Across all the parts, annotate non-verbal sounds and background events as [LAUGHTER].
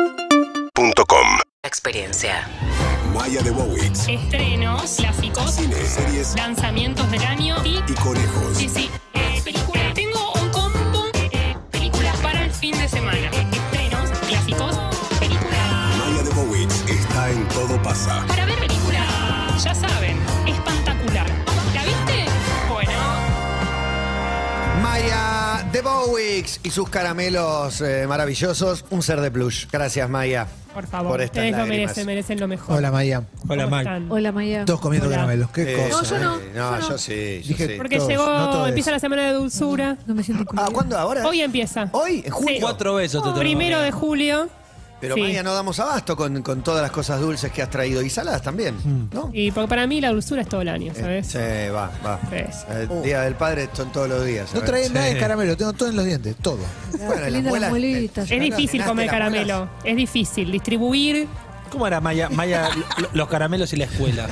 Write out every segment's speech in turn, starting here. UrbanaPlayFM.com Experiencia. Maya de Bowitz. Estrenos, clásicos, Cine, series lanzamientos del año y y conejos. sí, sí, eh, películas. Tengo un combo eh, películas para el fin de semana. Estrenos, clásicos, películas. Maya de Bowitz está en Todo Pasa. Para ver películas, ya saben, espantacular. ¿La viste? Bueno, Maya de Bowix y sus caramelos eh, maravillosos, un ser de plush. Gracias, Maya. Por favor, Por estas ustedes lo lágrimas. merecen, merecen lo mejor. Hola, Maya. Hola, ¿Cómo Mac. están? Hola Maya. Todos comiendo Hola. caramelos. Qué Eh, cosa. yo no, eh, yo no. yo sí, yo Dije- sí. Porque Todos, llegó, no todes. empieza la semana de dulzura. No me siento incluida. Ah, ¿cuándo? ¿Ahora? Hoy empieza. ¿Hoy? ¿En julio? Sí. Cuatro besos te tenemos. Primero de julio. Pero Sí. Maya, no damos abasto con, con todas las cosas dulces que has traído y saladas también, ¿no? Y porque para mí la dulzura Mm. es todo el año, Eh, ¿sabes? Sí, va, va. Sí. El Uh. Oh. Día del Padre son todos los días. No ¿sabes? traen nada de Sí. caramelo, tengo todo en los dientes, todo. Bueno, Qué las linda muelas- las muelitas. Es difícil Llenaste comer las caramelo. Es difícil distribuir. ¿Cómo era Maya, Maya lo- los caramelos y la escuela?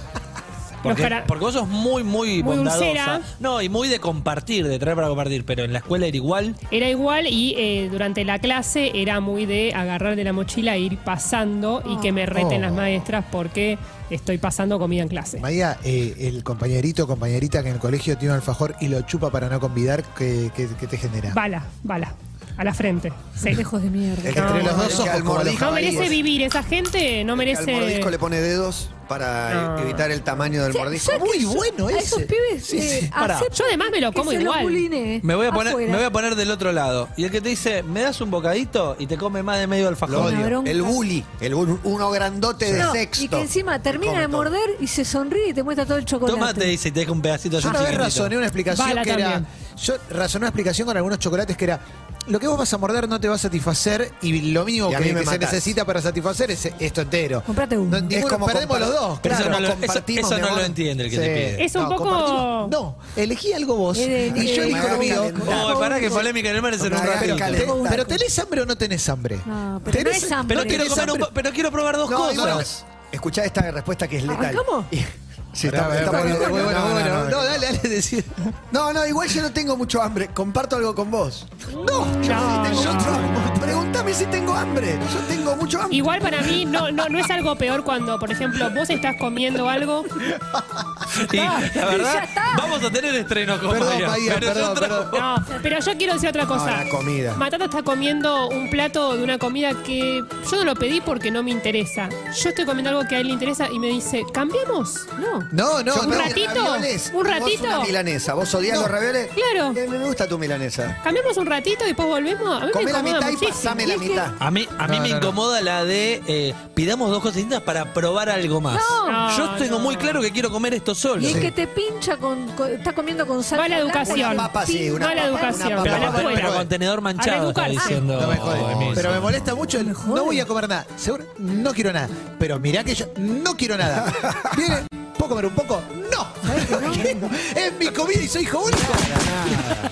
Porque, cara- porque vos sos muy, muy, Muy bondadosa. dulcera. No, y muy de compartir, de traer para compartir, pero en la escuela era igual. Era igual y eh, durante la clase era muy de agarrar de la mochila e ir pasando y que me reten Oh. las maestras porque estoy pasando comida en clase. Maya, eh, el compañerito o compañerita que en el colegio tiene un alfajor y lo chupa para no convidar, ¿qué, qué- qué te genera? Bala, bala. A la frente. Sí. Lejos de mierda. Es que No, entre los no, dos no. ojos No como los No jabalíes. merece vivir. Esa gente no El que Al merece. mordisco le pone dedos para No. eh, evitar el tamaño del mordisco. ¿sabes Muy que yo- bueno a esos ese. pibes Sí, eh, sí. Pará. acepto Yo además me lo que como se igual. los bulinee Me voy a poner, afuera. me voy a poner del otro lado. Y el que te dice, ¿me das un bocadito? Y te come más de medio Lo alfajor. Una odio. bronca. El bully. El, bu- uno grandote de No, sexto. Y que encima termina Come de todo. morder y se sonríe y te muestra todo el chocolate. Tomate, dice, y te deja un pedacito de Yo una vez chiquitito. razoné una explicación Bala que era. también. Yo razoné una explicación con algunos chocolates que era. Lo que vos vas a morder no te va a satisfacer y lo mínimo Y a que, mí me que se matás. necesita para satisfacer es esto entero. Comprate uno. No, ninguno- Es como perdemos compar- los dos, Pero claro. eso no, lo, eso- compartimos, eso mi no amor. lo entiende el que te Sí. pide. Es un poco- compartimos. No, elegí algo vos. Es de- y yo de- elijo lo mío. de- Claro. Oh, pará que polémica en el mar es en un Me hagan Pero, ratito. calentar. te- pero ¿tenés hambre o no tenés hambre? No, pero no es hambre. Pero quiero, ¿Tenés comer un hambre? po- pero quiero probar dos No, cosas. y bueno, escuchá esta respuesta que es letal. ¿Arrancamos? [LAUGHS] Sí, Pará, está- pará, está pará, bueno, pará, bueno, pará, bueno, pará, bueno. pará, No, pará. dale, dale, decí. No, no, igual yo no tengo mucho hambre. Comparto algo con vos. No, yo No, sí tengo no. mucho hambre. Pregúntame si tengo hambre. Yo tengo mucho hambre. Igual para mí no, no, no es algo peor cuando, por ejemplo, vos estás comiendo [LAUGHS] algo. Y la Ya verdad, está. vamos a tener estreno con Perdón, Maya. Maya, pero yo perdón, trajo- perdón. No, pero yo quiero decir otra cosa. la comida. Matata está comiendo un plato de una comida que yo no lo pedí porque no me interesa. Yo estoy comiendo algo que a él le interesa y me dice, ¿cambiamos? No. No, no, Yo no. pedí ratito, ravioles, un y ratito. Vos una milanesa. ¿Vos odias los ravioles? Claro. Eh, me gusta tu milanesa. ¿Cambiamos un ratito y después volvemos? A mí me Comé la incomoda mitad y muchísimo. pasame la Es que- mitad. A mí, a mí No, me no, no. incomoda la de eh, pidamos dos cosas distintas para probar algo más. No. Yo No, tengo no. muy claro que quiero comer esto solo. Y es que te pincha con, con- está comiendo con sal. Mala blanca, educación. te Una papa, sí, una Mala papa, educación, una Pero, papa. mala pero- afuera. pero contenedor manchado está Ah. reeducarse. diciendo. No me jode. Emilio. pero me molesta mucho el Me jode. no voy a comer nada. Seguro, no quiero nada. Pero mirá que yo no [LAUGHS] quiero nada. Viene, ¿puedo comer un poco? No. [LAUGHS] es mi comida y soy hijo único.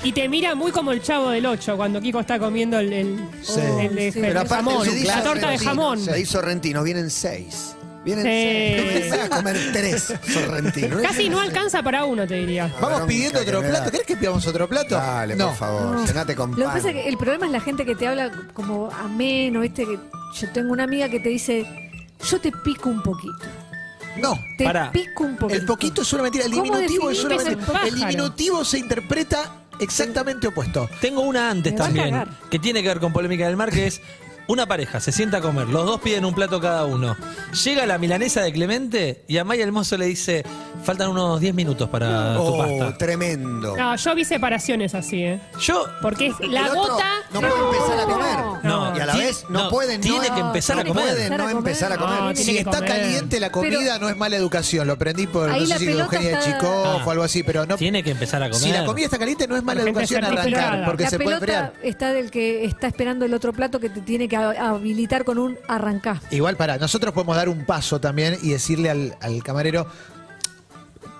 Y te mira muy como el chavo del 8 cuando Kiko está comiendo el, el- Sí. el de- Sí. el Pero de jamón, se dice la torta de Sorrentino, jamón. Se hizo Sorrentino, vienen seis. Vienen Sí. seis. No me vas a comer [LAUGHS] tres Sorrentino. Casi no alcanza para uno, te diría. Vamos bronca pidiendo que otro me da. plato. ¿Querés que pidamos otro plato? Dale, no. por favor, cenate con Lo que pan. pasa es que el problema es la gente que te habla como ameno, ¿viste? Que yo tengo una amiga que te dice, yo te pico un poquito. No. Te Pará. pico un poquito. El poquito es una mentira. El ¿Cómo diminutivo es definís una que es el mentira. El pájaro? diminutivo se interpreta exactamente opuesto. Tengo una antes Me va a también, cagar. que tiene que ver con polémica del mar, que es una pareja, se sienta a comer, los dos piden un plato cada uno. Llega la milanesa de Clemente y a Maya el mozo le dice, faltan unos 10 minutos para tu Oh, pasta. tremendo. No, yo vi separaciones así, ¿eh? Yo... Porque es la El otro gota. No puede empezar a comer. No, Y a la ti- vez no pueden, Tiene no, que empezar a tiene comer. que Pueden no empezar a comer. No, tiene Si que está comer. caliente la comida, Pero- no es mala educación. Lo aprendí por Ahí no sé la si pelota Eugenia está- Chicoff o algo así, pero no. Ah. Tiene que empezar a comer. Si la comida está caliente, no es mala Por gente educación arrancar, certificada. porque la se puede pelota enfriar. está del que está esperando el otro plato que te tiene que ha- habilitar con un arrancá. Igual, para, nosotros podemos dar un paso también y decirle al, al camarero.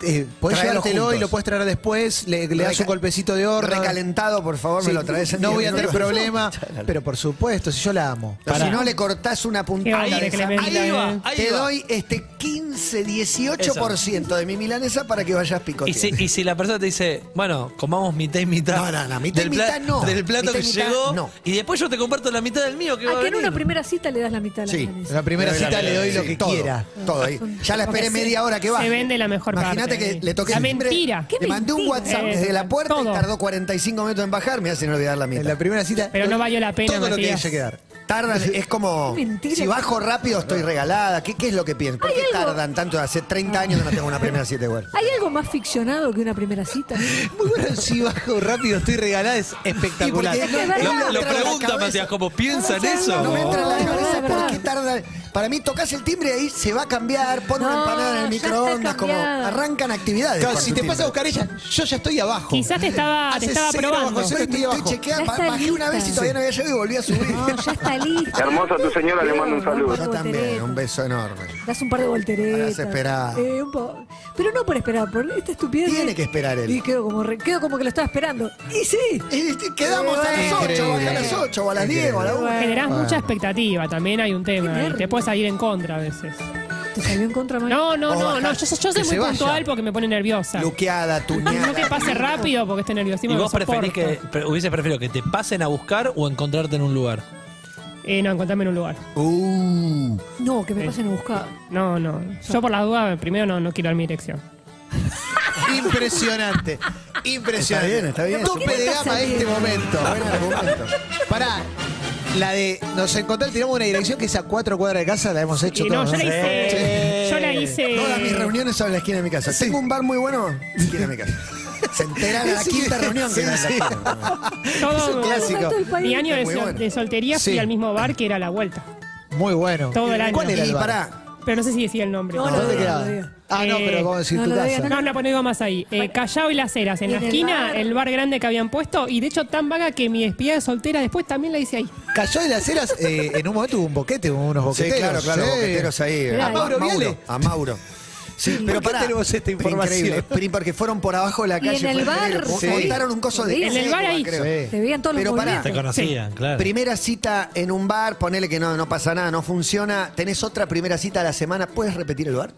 Eh, podés Tráelo llevártelo juntos. y lo puedes traer después, le, le das Reca- un golpecito de horno. Recalentado, por favor, Sí, me lo traes en No 10 voy a [LAUGHS] tener minutos. [LAUGHS] problema, pero por supuesto, si yo la amo. Pero Si no le cortás una Qué puntita hombre, de esa Clemente, mila, eh. Ahí va, ahí te va. doy este 15 15, 18% de mi milanesa para que vayas Y si, picoteando. y si la persona te dice, bueno, comamos mitad y mitad. No, no, no, mitad y del mitad no. Del plato Mitad y que mitad llegó. no. Y después yo te comparto la mitad del mío que va ¿A a Ah, que en venir. una primera cita le das la mitad a la Sí, milanesa? La primera doy la cita le doy milanesa, lo que sí, todo, quiera. Todo ahí. Ya la esperé Porque media hora que va. se vende la mejor Imagínate parte, que sí. le toqué La el timbre, mentira. Qué Le mandé un mentira. WhatsApp Eh, desde la puerta y todo. tardó 45 minutos en bajar. Me hacen olvidar la mitad. En la primera cita. Pero no valió la pena, Todo lo que Matías. haya que dar. Tardan, es como, Qué mentira. si bajo rápido estoy regalada. ¿Qué, qué es lo que piensan? ¿Por Hay qué algo- tardan tanto? Hace 30 años que no tengo una primera cita igual. ¿Hay algo más ficcionado que una primera cita? Muy bueno, si bajo rápido, estoy regalada, es espectacular. Y porque- Es que no verdad. Lo, me lo entra en la pregunta, cabeza. Matías, ¿cómo piensan No, no, eso? No me entra Oh. en la No, cabeza no, por no. qué tarda. Para mí tocas el timbre y ahí se va a cambiar, pon una No, empanada en el ya está microondas, como cambiado. arrancan actividades. Claro, con si tu te timbre. pasa a buscar ella, yo ya estoy abajo. Quizás te estaba, te Hace estaba cero probando. bajo Estoy, cero, estoy estoy abajo. chequeando, Ya ba- está bajé una lista. vez y todavía no había llegado y volví a subir. No, ya está lista. Hermosa tu señora, le mando un saludo. Yo también, un beso enorme. Das un par de volteretas. Ahora se espera. Eh, un po- Pero no por esperar, por esta estupidez. de- Tiene que esperar él. Y quedo como, re- quedo como que lo estaba esperando. Y sí. Y y quedamos a las 8, o a las 8, o a las 10, o a las 1. Generás mucha expectativa, también hay un tema. Qué y te nervio. puedes salir en contra a veces. Te salió en contra, Mari. No, no, Vos no, no. bajás, Yo, soy- yo soy que muy se vaya. puntual porque me pone nerviosa. Luqueada, [LAUGHS] tuñada. No que pase rápido porque esté nerviosismo. ¿Y no vos lo preferís que, soporto. pre- hubiese preferido que te pasen a buscar o encontrarte en un lugar? Eh, no, encontrame en un lugar. Uh, No, que me pasen a buscar. No, no. Yo por las dudas, primero no, no quiero dar mi dirección. Impresionante. Está Impresionante. bien, está bien. ¿Por Tope qué de no gama estás este saliendo? momento. buen argumento. Pará. La de nos encontramos, tiramos una dirección que es a cuatro cuadras de casa, la hemos hecho Y no, todos. yo la hice. Yo la hice. Todas mis reuniones son en la esquina de mi casa. Tengo un bar muy bueno en la esquina de mi casa. [LAUGHS] Se enteran a la Sí, quinta reunión que sí, era en la sí. esquina. Es un todo clásico. Todo el país. mi año de, Muy sol- bueno. de soltería fui Sí. al mismo bar que era La Vuelta. Muy bueno. Todo el año. ¿Cuál era el Y bar? pará, Pero no sé si decía el nombre. No, no, ¿Dónde no, quedaba? no digas. Ah, no, pero vamos a decir no tu lo casa. digas, No, no, ponemos más ahí. Eh, Callao y Las Heras, en Y la en el esquina, bar. el bar grande que habían puesto. Y de hecho, tan vaga que mi despedida de soltera después también la hice ahí. Cayó de las eras, eh, en un momento hubo un boquete, hubo unos Sí, boqueteros. claro, claro, sí. boqueteros ahí. eh. Mirá, a ¿y Mauro, Viale? A Mauro. Sí, pero qué pará. tenemos esta información? Increíble, pri- porque fueron por abajo de la Y calle. en el fue bar, increíble. sí. Montaron un coso de En el bar ahí. creo. Sí. Te veían todos los Pero pará. movimientos. Te conocían, claro. Primera cita en un bar, ponele que no, no pasa nada, no funciona. Tenés otra primera cita a la semana, ¿puedes repetir el bar?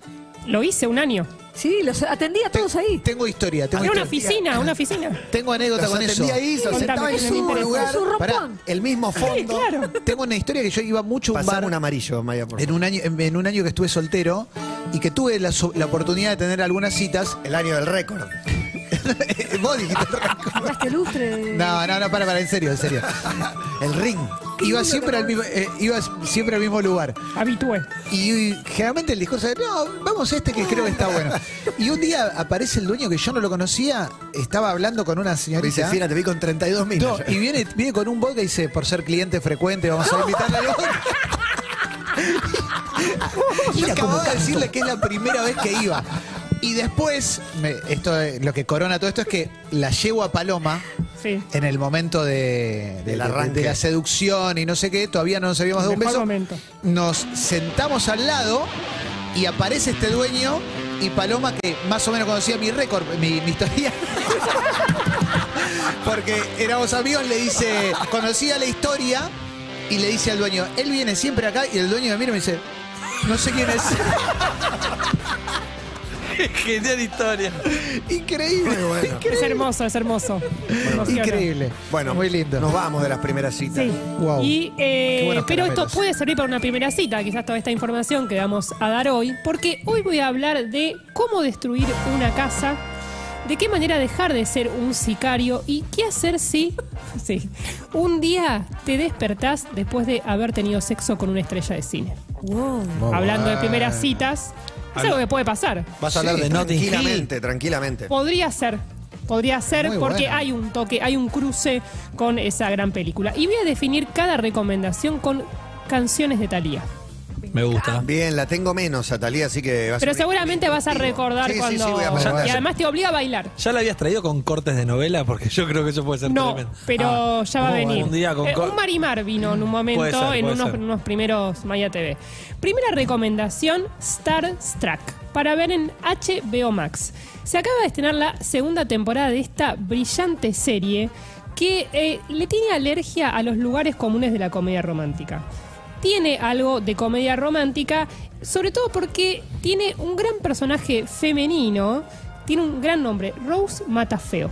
Lo hice un año. Sí, los atendía a todos ahí. Tengo historia, tengo Era una historia. oficina, una oficina. Tengo anécdota Los con eso. atendí ahí, se Contame, sentaban en Es el mismo un, es lugar, un Pará. rompón. el mismo fondo. claro. Tengo una historia que yo iba mucho a un Pasame bar un amarillo, Maya, por en favor. un año en, en un año que estuve soltero y que tuve la, so- la oportunidad de tener algunas citas. El año del récord. [LAUGHS] Vos dijiste Rocco. Gastaste lustre. No, no, no, para, para, en serio, en serio. [LAUGHS] El ring. Iba siempre al mismo, eh, iba siempre al mismo lugar. Habitué. Y, y generalmente el discurso de, no, vamos a este que creo que está [LAUGHS] bueno. Y un día aparece el dueño que yo no lo conocía, estaba hablando con una Me dice, señorita. Fina, te vi con 32 mil. No, y viene, viene con un vodka y dice, por ser cliente frecuente, vamos a invitarle al vodka. Yo acababa de decirle que es la primera vez que iba. Y después, me- esto, eh, lo que corona todo esto es que la llevo a Paloma Sí. en el momento de, de- Del de- arranque. de la seducción y no sé qué, todavía no nos habíamos dado un Mejor beso. momento. Nos sentamos al lado y aparece este dueño y Paloma, que más o menos conocía mi récord, mi, mi historia. [LAUGHS] Porque éramos amigos, le dice, conocía la historia y le dice al dueño, él viene siempre acá y el dueño me mira y me dice, no sé [LAUGHS] quién es. Genial historia. Increíble. Muy bueno. Es hermoso, es hermoso. Emociona. Increíble. Bueno, muy lindo. Nos vamos de las primeras citas. Sí. Wow. Y, eh, Qué buenos pero caramelos. esto puede servir para una primera cita, quizás toda esta información que vamos a dar hoy, porque hoy voy a hablar de cómo destruir una casa, de qué manera dejar de ser un sicario y qué hacer si, [LAUGHS] sí, un día te despertás después de haber tenido sexo con una estrella de cine. Wow. Hablando de primeras citas, es algo que puede pasar. Vas a hablar de Notting Hill. Tranquilamente, tranquilamente. Podría ser. Podría ser Muy porque bueno. hay un toque, hay un cruce con esa gran película. Y voy a definir cada recomendación con canciones de Thalía. Me gusta. Bien, la tengo menos, Atalía, así que vas Pero seguramente vas a recordar Sí, sí, cuando... sí, voy a pasar. y además te obliga a bailar. ¿Ya la habías traído con cortes de novela? Porque yo creo que eso puede ser No, tremendo. pero Ah. ya va a Muy venir. bueno. Un día con Eh, co- un Marimar vino en un momento, Puede ser, en puede unos, ser. unos primeros Maya TV. Primera recomendación, Star Trek, para ver en HBO Max. Se acaba de estrenar la segunda temporada de esta brillante serie que eh, le tiene alergia a los lugares comunes de la comedia romántica. tiene algo de comedia romántica, sobre todo porque tiene un gran personaje femenino, tiene un gran nombre, Rose Matafeo.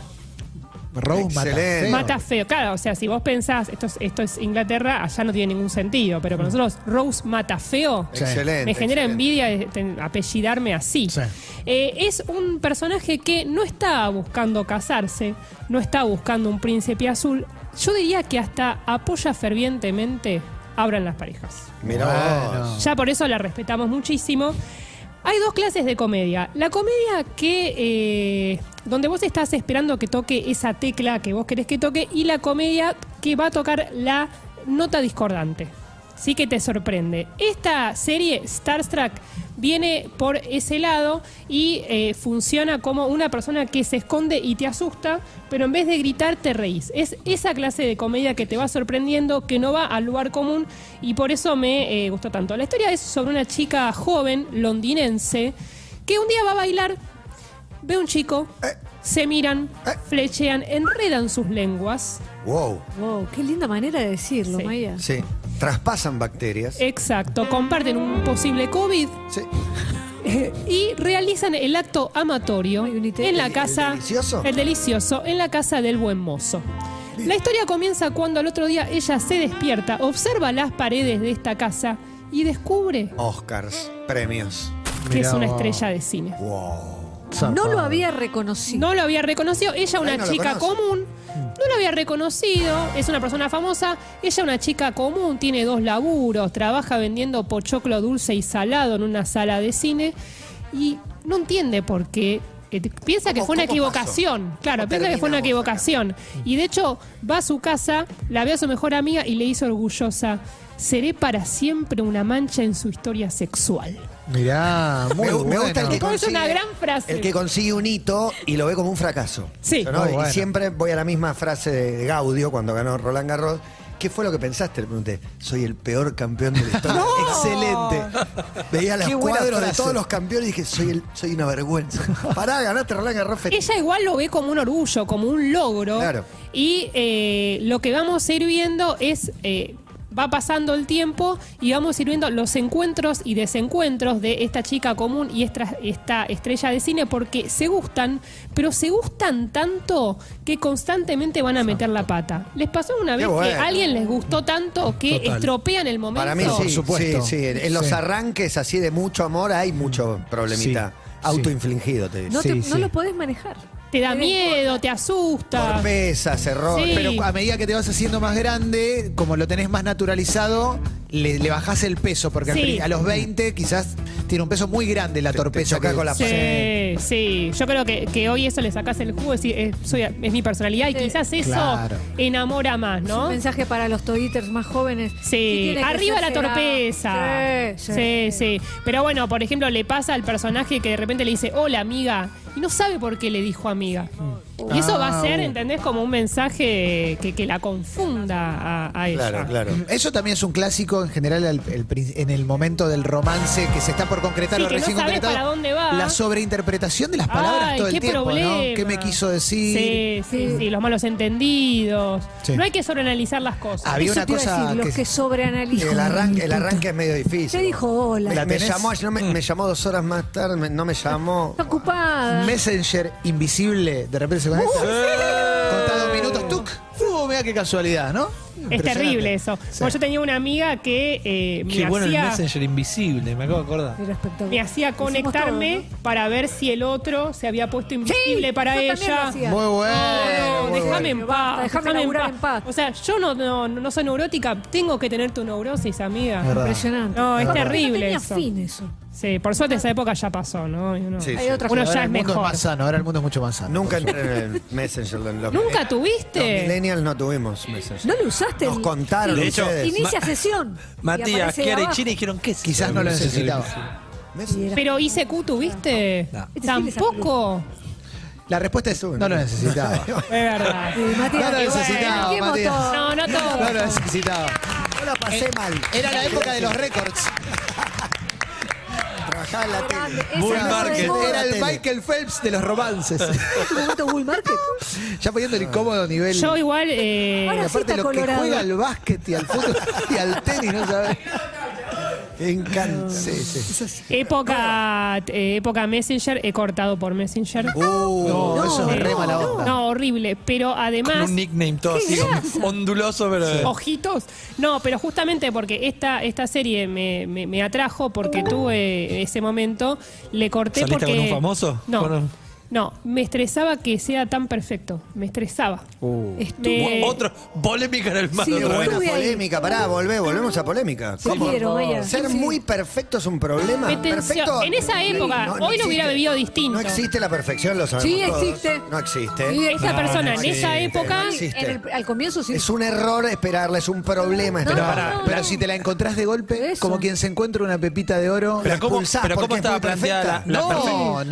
Rose mata. Excelente. feo. Mata feo. Claro, o sea, si vos pensás, esto es, esto es Inglaterra, allá no tiene ningún sentido, pero para nosotros Rose mata feo. Sí. Excelente. Me genera excelente. envidia de- de apellidarme así. Sí. Eh, es un personaje que no está buscando casarse, no está buscando un príncipe azul. Yo diría que hasta apoya fervientemente abran las parejas. Mirá Bueno. vos. Ya por eso la respetamos muchísimo. Hay dos clases de comedia. La comedia que. eh, donde vos estás esperando que toque esa tecla que vos querés que toque, y la comedia que va a tocar la nota discordante. Sí que te sorprende. Esta serie, Starstruck, viene por ese lado y eh, funciona como una persona que se esconde y te asusta, pero en vez de gritar te reís. Es esa clase de comedia que te va sorprendiendo, que no va al lugar común y por eso me eh, gustó tanto. La historia es sobre una chica joven, londinense, que un día va a bailar, ve un chico, se miran, flechean, enredan sus lenguas. Wow. Wow, qué linda manera de decirlo, Sí. Maya. Sí. Traspasan bacterias. Eh. Exacto, comparten un posible COVID Sí. y realizan el acto amatorio Ay, un IT. en la ¿El- casa. el delicioso? el delicioso, en la casa del buen mozo. La historia comienza cuando al otro día ella se despierta, observa las paredes de esta casa y descubre Oscars. Premios. que Mirá es una vos. estrella de cine. Wow. No Zarpado. lo había reconocido. No lo había reconocido. Ella, una no lo chica conoce. Mm. común. No lo había reconocido. Es una persona famosa. Ella, una chica común, tiene dos laburos. Trabaja vendiendo pochoclo dulce y salado en una sala de cine. Y no entiende por qué. Eh, piensa que ¿Cómo- fue una cómo equivocación. pasó? Claro, ¿Cómo Mm. piensa que fue una terminamos acá? equivocación. Y de hecho, va a su casa, la ve a su mejor amiga y le hizo orgullosa. Seré para siempre una mancha en su historia sexual. Mirá, muy Me, gu- bueno. me gusta el que Porque es una consigue- gran frase. El que consigue un hito y lo ve como un fracaso. Sí. Eso, ¿no? Oh, Y bueno. siempre voy a la misma frase de Gaudio cuando ganó Roland Garros. ¿Qué fue lo que pensaste? Le pregunté. Soy el peor campeón de la historia. Excelente. Veía los Qué buena cuadros de frase. todos los campeones y dije, soy, el, soy una vergüenza. Pará, ganaste Roland Garros. fe- Ella igual lo ve como un orgullo, como un logro. Claro. Y eh, lo que vamos a ir viendo es. eh, Va pasando el tiempo y vamos a ir viendo los encuentros y desencuentros de esta chica común y esta, esta estrella de cine porque se gustan, pero se gustan tanto que constantemente van a meter la pata. ¿Les pasó una vez Qué que bueno. alguien les gustó tanto que Total. estropean el momento? Para mí Por sí, supuesto. sí, sí. En en los Sí. arranques así de mucho amor hay mucho problemita. Sí, sí. Autoinfligido, te digo. No, te- Sí, no sí. lo podés manejar. Te da miedo, te asusta. Torpezas, errores. Sí. Pero a medida que te vas haciendo más grande, como lo tenés más naturalizado, le, le bajás el peso, porque al Sí. pri- a los 20 quizás tiene un peso muy grande la Te- te torpeza. choca que- con la Sí, sí. Yo creo que, que hoy eso le sacas el jugo, es, es, soy- es mi personalidad y Sí. quizás eso Claro. enamora más, Es un ¿no? mensaje para los toditers más jóvenes. Sí, tiene que arriba la hacerse torpeza. Sí, Sí sí, Pero bueno, por ejemplo, le pasa al personaje que de repente le dice, hola amiga, y no sabe por qué le dijo amiga. Y eso va a Ah, ser, uh. ¿entendés? Como un mensaje que, que la confunda a, a ella. Claro, claro. Eso también es un clásico en general al- el prin- en el momento del romance que se está por concretar Sí, o que no recién sabes concretado. para dónde va. La sobreinterpretación de las palabras Ay, todo el qué tiempo, problema. ¿no? ¿Qué me quiso decir? Sí, sí, Sí. sí, los malos entendidos. Sí. No hay que sobreanalizar las cosas. Había Eso una te iba a cosa decir, los que- que, sobreanalizan. El arranque, el Puta. arranque es medio difícil. Te dijo hola. Me, La me tenés- llamó, no me, me llamó dos horas más tarde, me- no me llamó. Está ocupada. Messenger invisible, de repente se conecta. Contá dos minutos, tuk. Uh, mira qué casualidad, ¿no? Es Impresionante. terrible eso. Sí. Bueno, yo tenía una amiga que eh, me, Qué bueno el hacía, Messenger invisible, me acabo de acordar. Era espectacular. me hacía Hicimos conectarme todo, para ver si el otro se había puesto invisible Sí, para yo también lo ella. hacía. Muy bueno. No, no, muy déjame bueno. en Basta, paz. déjame laburar en paz. O sea, yo no, no, no soy neurótica, tengo que tener tu neurosis, Es amiga. verdad. ¿no? Impresionante. No, es Aparte terrible No tenía eso. fin eso. Sí, por suerte esa época ya pasó, ¿no? Y uno- Sí, Hay sí. otras Uno cosas. ya el es mundo mejor. es más sano, ahora el mundo es mucho más sano. Nunca entré en el Messenger. los- los- ¿Nunca Los tuviste? millennials no tuvimos Messenger. No lo usaste. Nos ni- contaron ni- De hecho, ustedes. Inicia sesión. y Matías, aparece de Kiara y abajo. Chile dijeron que Quizás no lo necesitaba. Messenger. Pero ICQ tuviste? No. Este sí le sacó. Tampoco. La respuesta es no [LAUGHS] lo necesitaba. Es [LAUGHS] verdad. Y Matías, No lo qué bueno. necesitaba, Arranquemos Matías. todo. No, no todo. No lo necesitaba. No la pasé mal. Era la época de los récords. trabajaba en la Grande. tele. Ese Bull momento de Market. moda. Era el Michael Phelps de los romances. ¿Tu momento Bull Market? [LAUGHS] ya poniendo el incómodo nivel. Yo igual. eh, y Ahora- aparte Racista lo que colorado. juega al básquet y al fútbol [LAUGHS] y al tenis, no sabes. Me encanta. Sí, sí. Época, eh, época Messenger, he cortado por Messenger. Uh, No, eso es eh, re mala onda. No, horrible. Pero Con además. un nickname todo Qué así, grasa. onduloso, pero... eh, Ojitos. No, pero justamente porque esta, esta serie me, me- me atrajo porque tuve ese momento, le corté ¿Saliste porque. con un famoso? No. Con un- No, me estresaba que sea tan perfecto. Me estresaba. Uh. Estuve. Me- Otro, polémica en el mar. Sí, Qué otra vez. buena Estuve ahí. polémica, pará, volvé, volvemos a polémica. Te quiero, Maya. Ser Sí. muy perfecto es un problema. Me tensió. Perfecto. En esa época, hoy lo hubiera vivido distinto. No existe la perfección, lo sabemos. Sí, todos. existe. No existe. Sí, Esta No, persona no en esa existe, época. no existe. En el- al comienzo sí. Es un error esperarla, es un problema No, esperarla. no, Pero no. si te la encontrás de golpe, Eso. como quien se encuentra una pepita de oro. Pero la ¿cómo, expulsás pero porque cómo es estaba muy planteada la, perfecta. la no, perfec-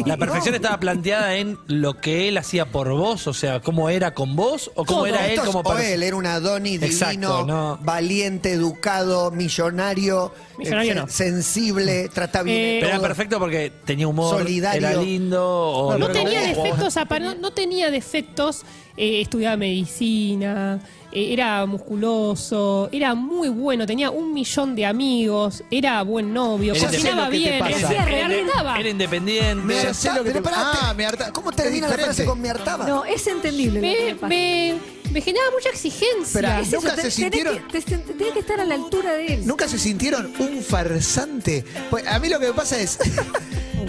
no. La perfección estaba planteada en lo que él hacía por vos, o sea, cómo era con vos o cómo Todo. era él Esto es como o persona. él era un Adonis Exacto, divino, no. valiente, educado, millonario, Millonario eh, no. sensible, trata bien. Eh, todo. Pero era perfecto porque tenía humor, Solidario. era lindo. o- No o- tenía o- defectos, apa- no, no tenía defectos, eh, estudiaba medicina, eh, era musculoso, era muy bueno, tenía un millón de amigos, era buen novio, Era cocinaba independiente. bien, Yo sé lo que te hacía pasa. reír, daba. Era independiente. Me Ya hartá- sé lo que pero te- pará, Ah, te- me hartá- ¿Cómo termina es la diferente. frase con me hartaba? No, es entendible. lo que Me, te pasa. me- me generaba mucha exigencia. Pero- Es ¿Nunca se te- tenés sintieron? que- te- te- Tenés que estar a la altura de él. ¿Nunca se sintieron un farsante? Pues a mí lo que me pasa [LAUGHS] es.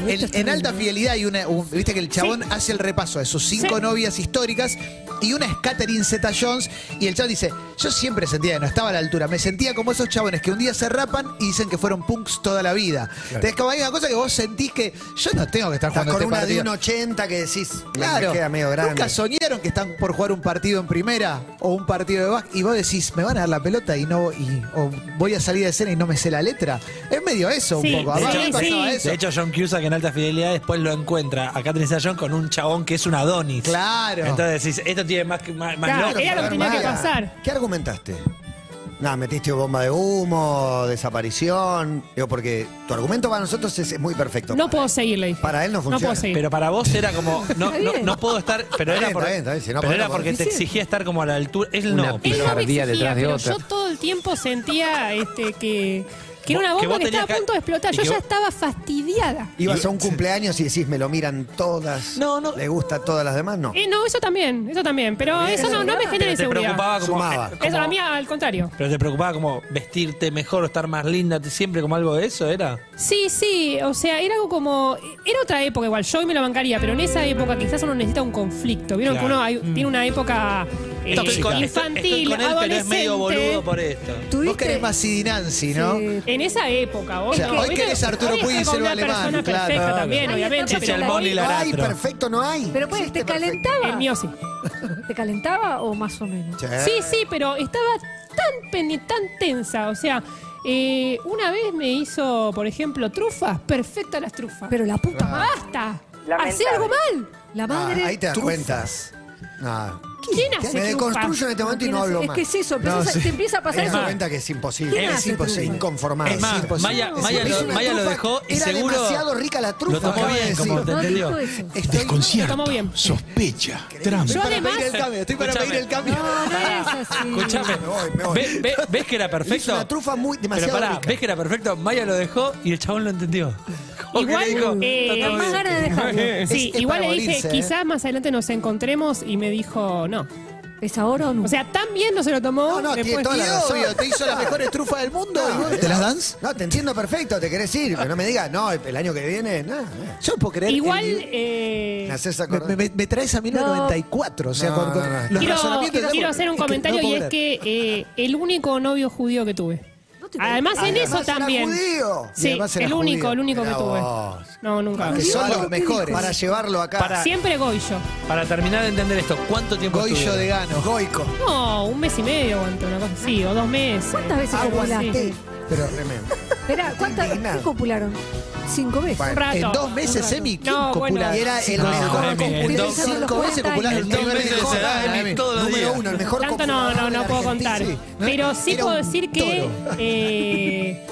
En, en alta fidelidad hay una. un- Viste que el chabón hace el repaso de sus cinco Sí. novias históricas y una es Catherine Zeta Jones. Y el chabón dice: Yo siempre sentía que no estaba a la altura. Me sentía como esos chabones que un día se rapan y dicen que fueron punks toda la vida. Entonces, como hay una cosa que vos sentís que yo no tengo que estar Estás jugando con este una de partido. un 80 que decís, claro, Claro. queda medio grande. Nunca soñaron que están por jugar un partido en primera o un partido de básquet y vos decís, me van a dar la pelota y no y, o voy a salir de escena y no me sé la letra. Es medio eso Sí, un poco. A de, mí sí, me hecho, pasaba sí. eso. de hecho, John Cusack en alta fidelidad después lo encuentra a Catherine Sayón con un chabón que es un Adonis. Claro. Entonces decís, esto tiene más, que- más, más Claro, lógica. era lo que tenía que Hermana, pasar. ¿Qué argumentaste? Nada, metiste bomba de humo, desaparición. Digo, porque tu argumento para nosotros es, es muy perfecto. No puedo seguir, le dije. Para él no funciona. puedo seguir. Pero para vos era como, no, Está no, bien. no puedo estar, pero Está era, bien, por- está bien, está bien, si no pero podés, era no porque podés. te exigía estar como a la altura. Él Una no. Él no me Picardía exigía, detrás de pero otra. yo todo el tiempo sentía este, que, que era una Vos- que bomba vos que, estaba tenías a que- punto de explotar. y Yo que ya vos- estaba fastidiada. Ibas a un cumpleaños y decís, me lo miran todas. No, no. ¿Le gusta a todas las demás? No. Eh, no, eso también, eso también. Pero eso no, no me genera Pero te inseguridad. preocupaba como, Sumaba. eh, como- Eso a mí al contrario. Pero te preocupaba como vestirte mejor o estar más linda, te- siempre como algo de eso, ¿era? Sí, sí, o sea, era algo como. Era otra época igual, yo hoy me lo bancaría, pero en esa época quizás uno necesita un conflicto. Vieron Claro. Mm. que uno hay- tiene una época eh, Estoy con- estoy infantil, con él, pero es adolescente. medio boludo por esto. Vos querés más Sid Nancy, ¿no? Sí. En esa época, hoy, O sea, no, hoy ¿viste? querés a Arturo Hoy estoy Puig y con Selva una Alemán, persona claro. perfecta Claro. también, Hay obviamente. etapas Chicha Pero en el Boni y no la hay, perfecto, no hay. Pero pues, Existe ¿te perfecto. calentaba? el mío sí. ¿Te calentaba o más o menos? Eh. Che. Sí, sí, pero estaba tan pendiente, tan tensa. O sea, eh, una vez me hizo, por ejemplo, trufas, perfecta las trufas. Pero la puta madre. basta. Hacé algo mal. La Ah, madre. ahí te das Trufas. cuenta. Ah. ¿Quién hace Me trufas? deconstruyo en este momento y no ¿Quién hace? hablo Es más. que es eso, pero No, eso- sí. te empieza a pasar Ahí me eso. das cuenta que es imposible. ¿Quién Es hace imposible. trufas? Inconformable. Es más, imposible. Maya, Es Maya imposible. lo, Maya lo Trufa, dejó y Era seguro. demasiado rica la trufa. Lo tomó acaba de bien, decir. como te No entendió. dijo eso. Tomo bien. Sospecha, trama. Yo además. Pedir el cambio, estoy para Escuchame. pedir el cambio. No, no es así. Escuchame, Me voy, me voy. ve- ve- ¿ves que era Es perfecto? una trufa muy Pero demasiado pará, rica. ¿ves que era perfecto? Maya lo dejó y el chabón lo entendió. Como que Igual, le dijo, eh, "Está todo Más bien". ganas de [LAUGHS] dejarlo. Sí, es igual le para dije, morirse, ¿eh? quizás más adelante nos encontremos y me dijo, no. ¿Es ahora o nunca? O sea, tan bien no se lo tomó. No, no, tiene después- toda Y la razón. obvio, [LAUGHS] te hizo las mejores trufas del mundo. y vos- No, ¿Te las dans? No, te entiendo perfecto, te querés ir, pero no me digas, no, el, el año que viene, nada. nada. Yo no puedo creer. Igual, el- eh, Me haces me, acordar. me- me traes a 1994, o sea, No, con, con no, no. los quiero, razonamientos de- quiero hacer un es que no comentario y puedo es creer. que eh, el único novio judío que tuve. No te creo. Además, Ah, en Además, eso era también. judío. Y Sí, además era el único, judío. Ah, el único que Mirá tuve. vos. No, nunca. Que Dios, son los ¿qué mejores. dijo? Para llevarlo acá. Para- Siempre Goyo. [LAUGHS] Para terminar de entender esto, ¿cuánto tiempo Goillo estuvieron? de Gano. Goico. No, un mes y medio aguantó una cosa así, o dos meses. ¿Cuántas veces Agua la copulaste? té. Pero [LAUGHS] tremendo. Espera, ¿cuántas Indignado. qué copularon? Cinco veces. Bueno, Un rato. En dos meses, Emi, ¿quién Ah, No, bueno. copula? Y era el No, mejor Emi, en copulante. dos- Cinco veces copulás En dos El meses mejor, se da ah, en Emi. mí todos los Número días. uno, el mejor Tanto no, copulador no, de no la puedo Argentina, contar. sí. Pero sí Era puedo un decir que toro. eh,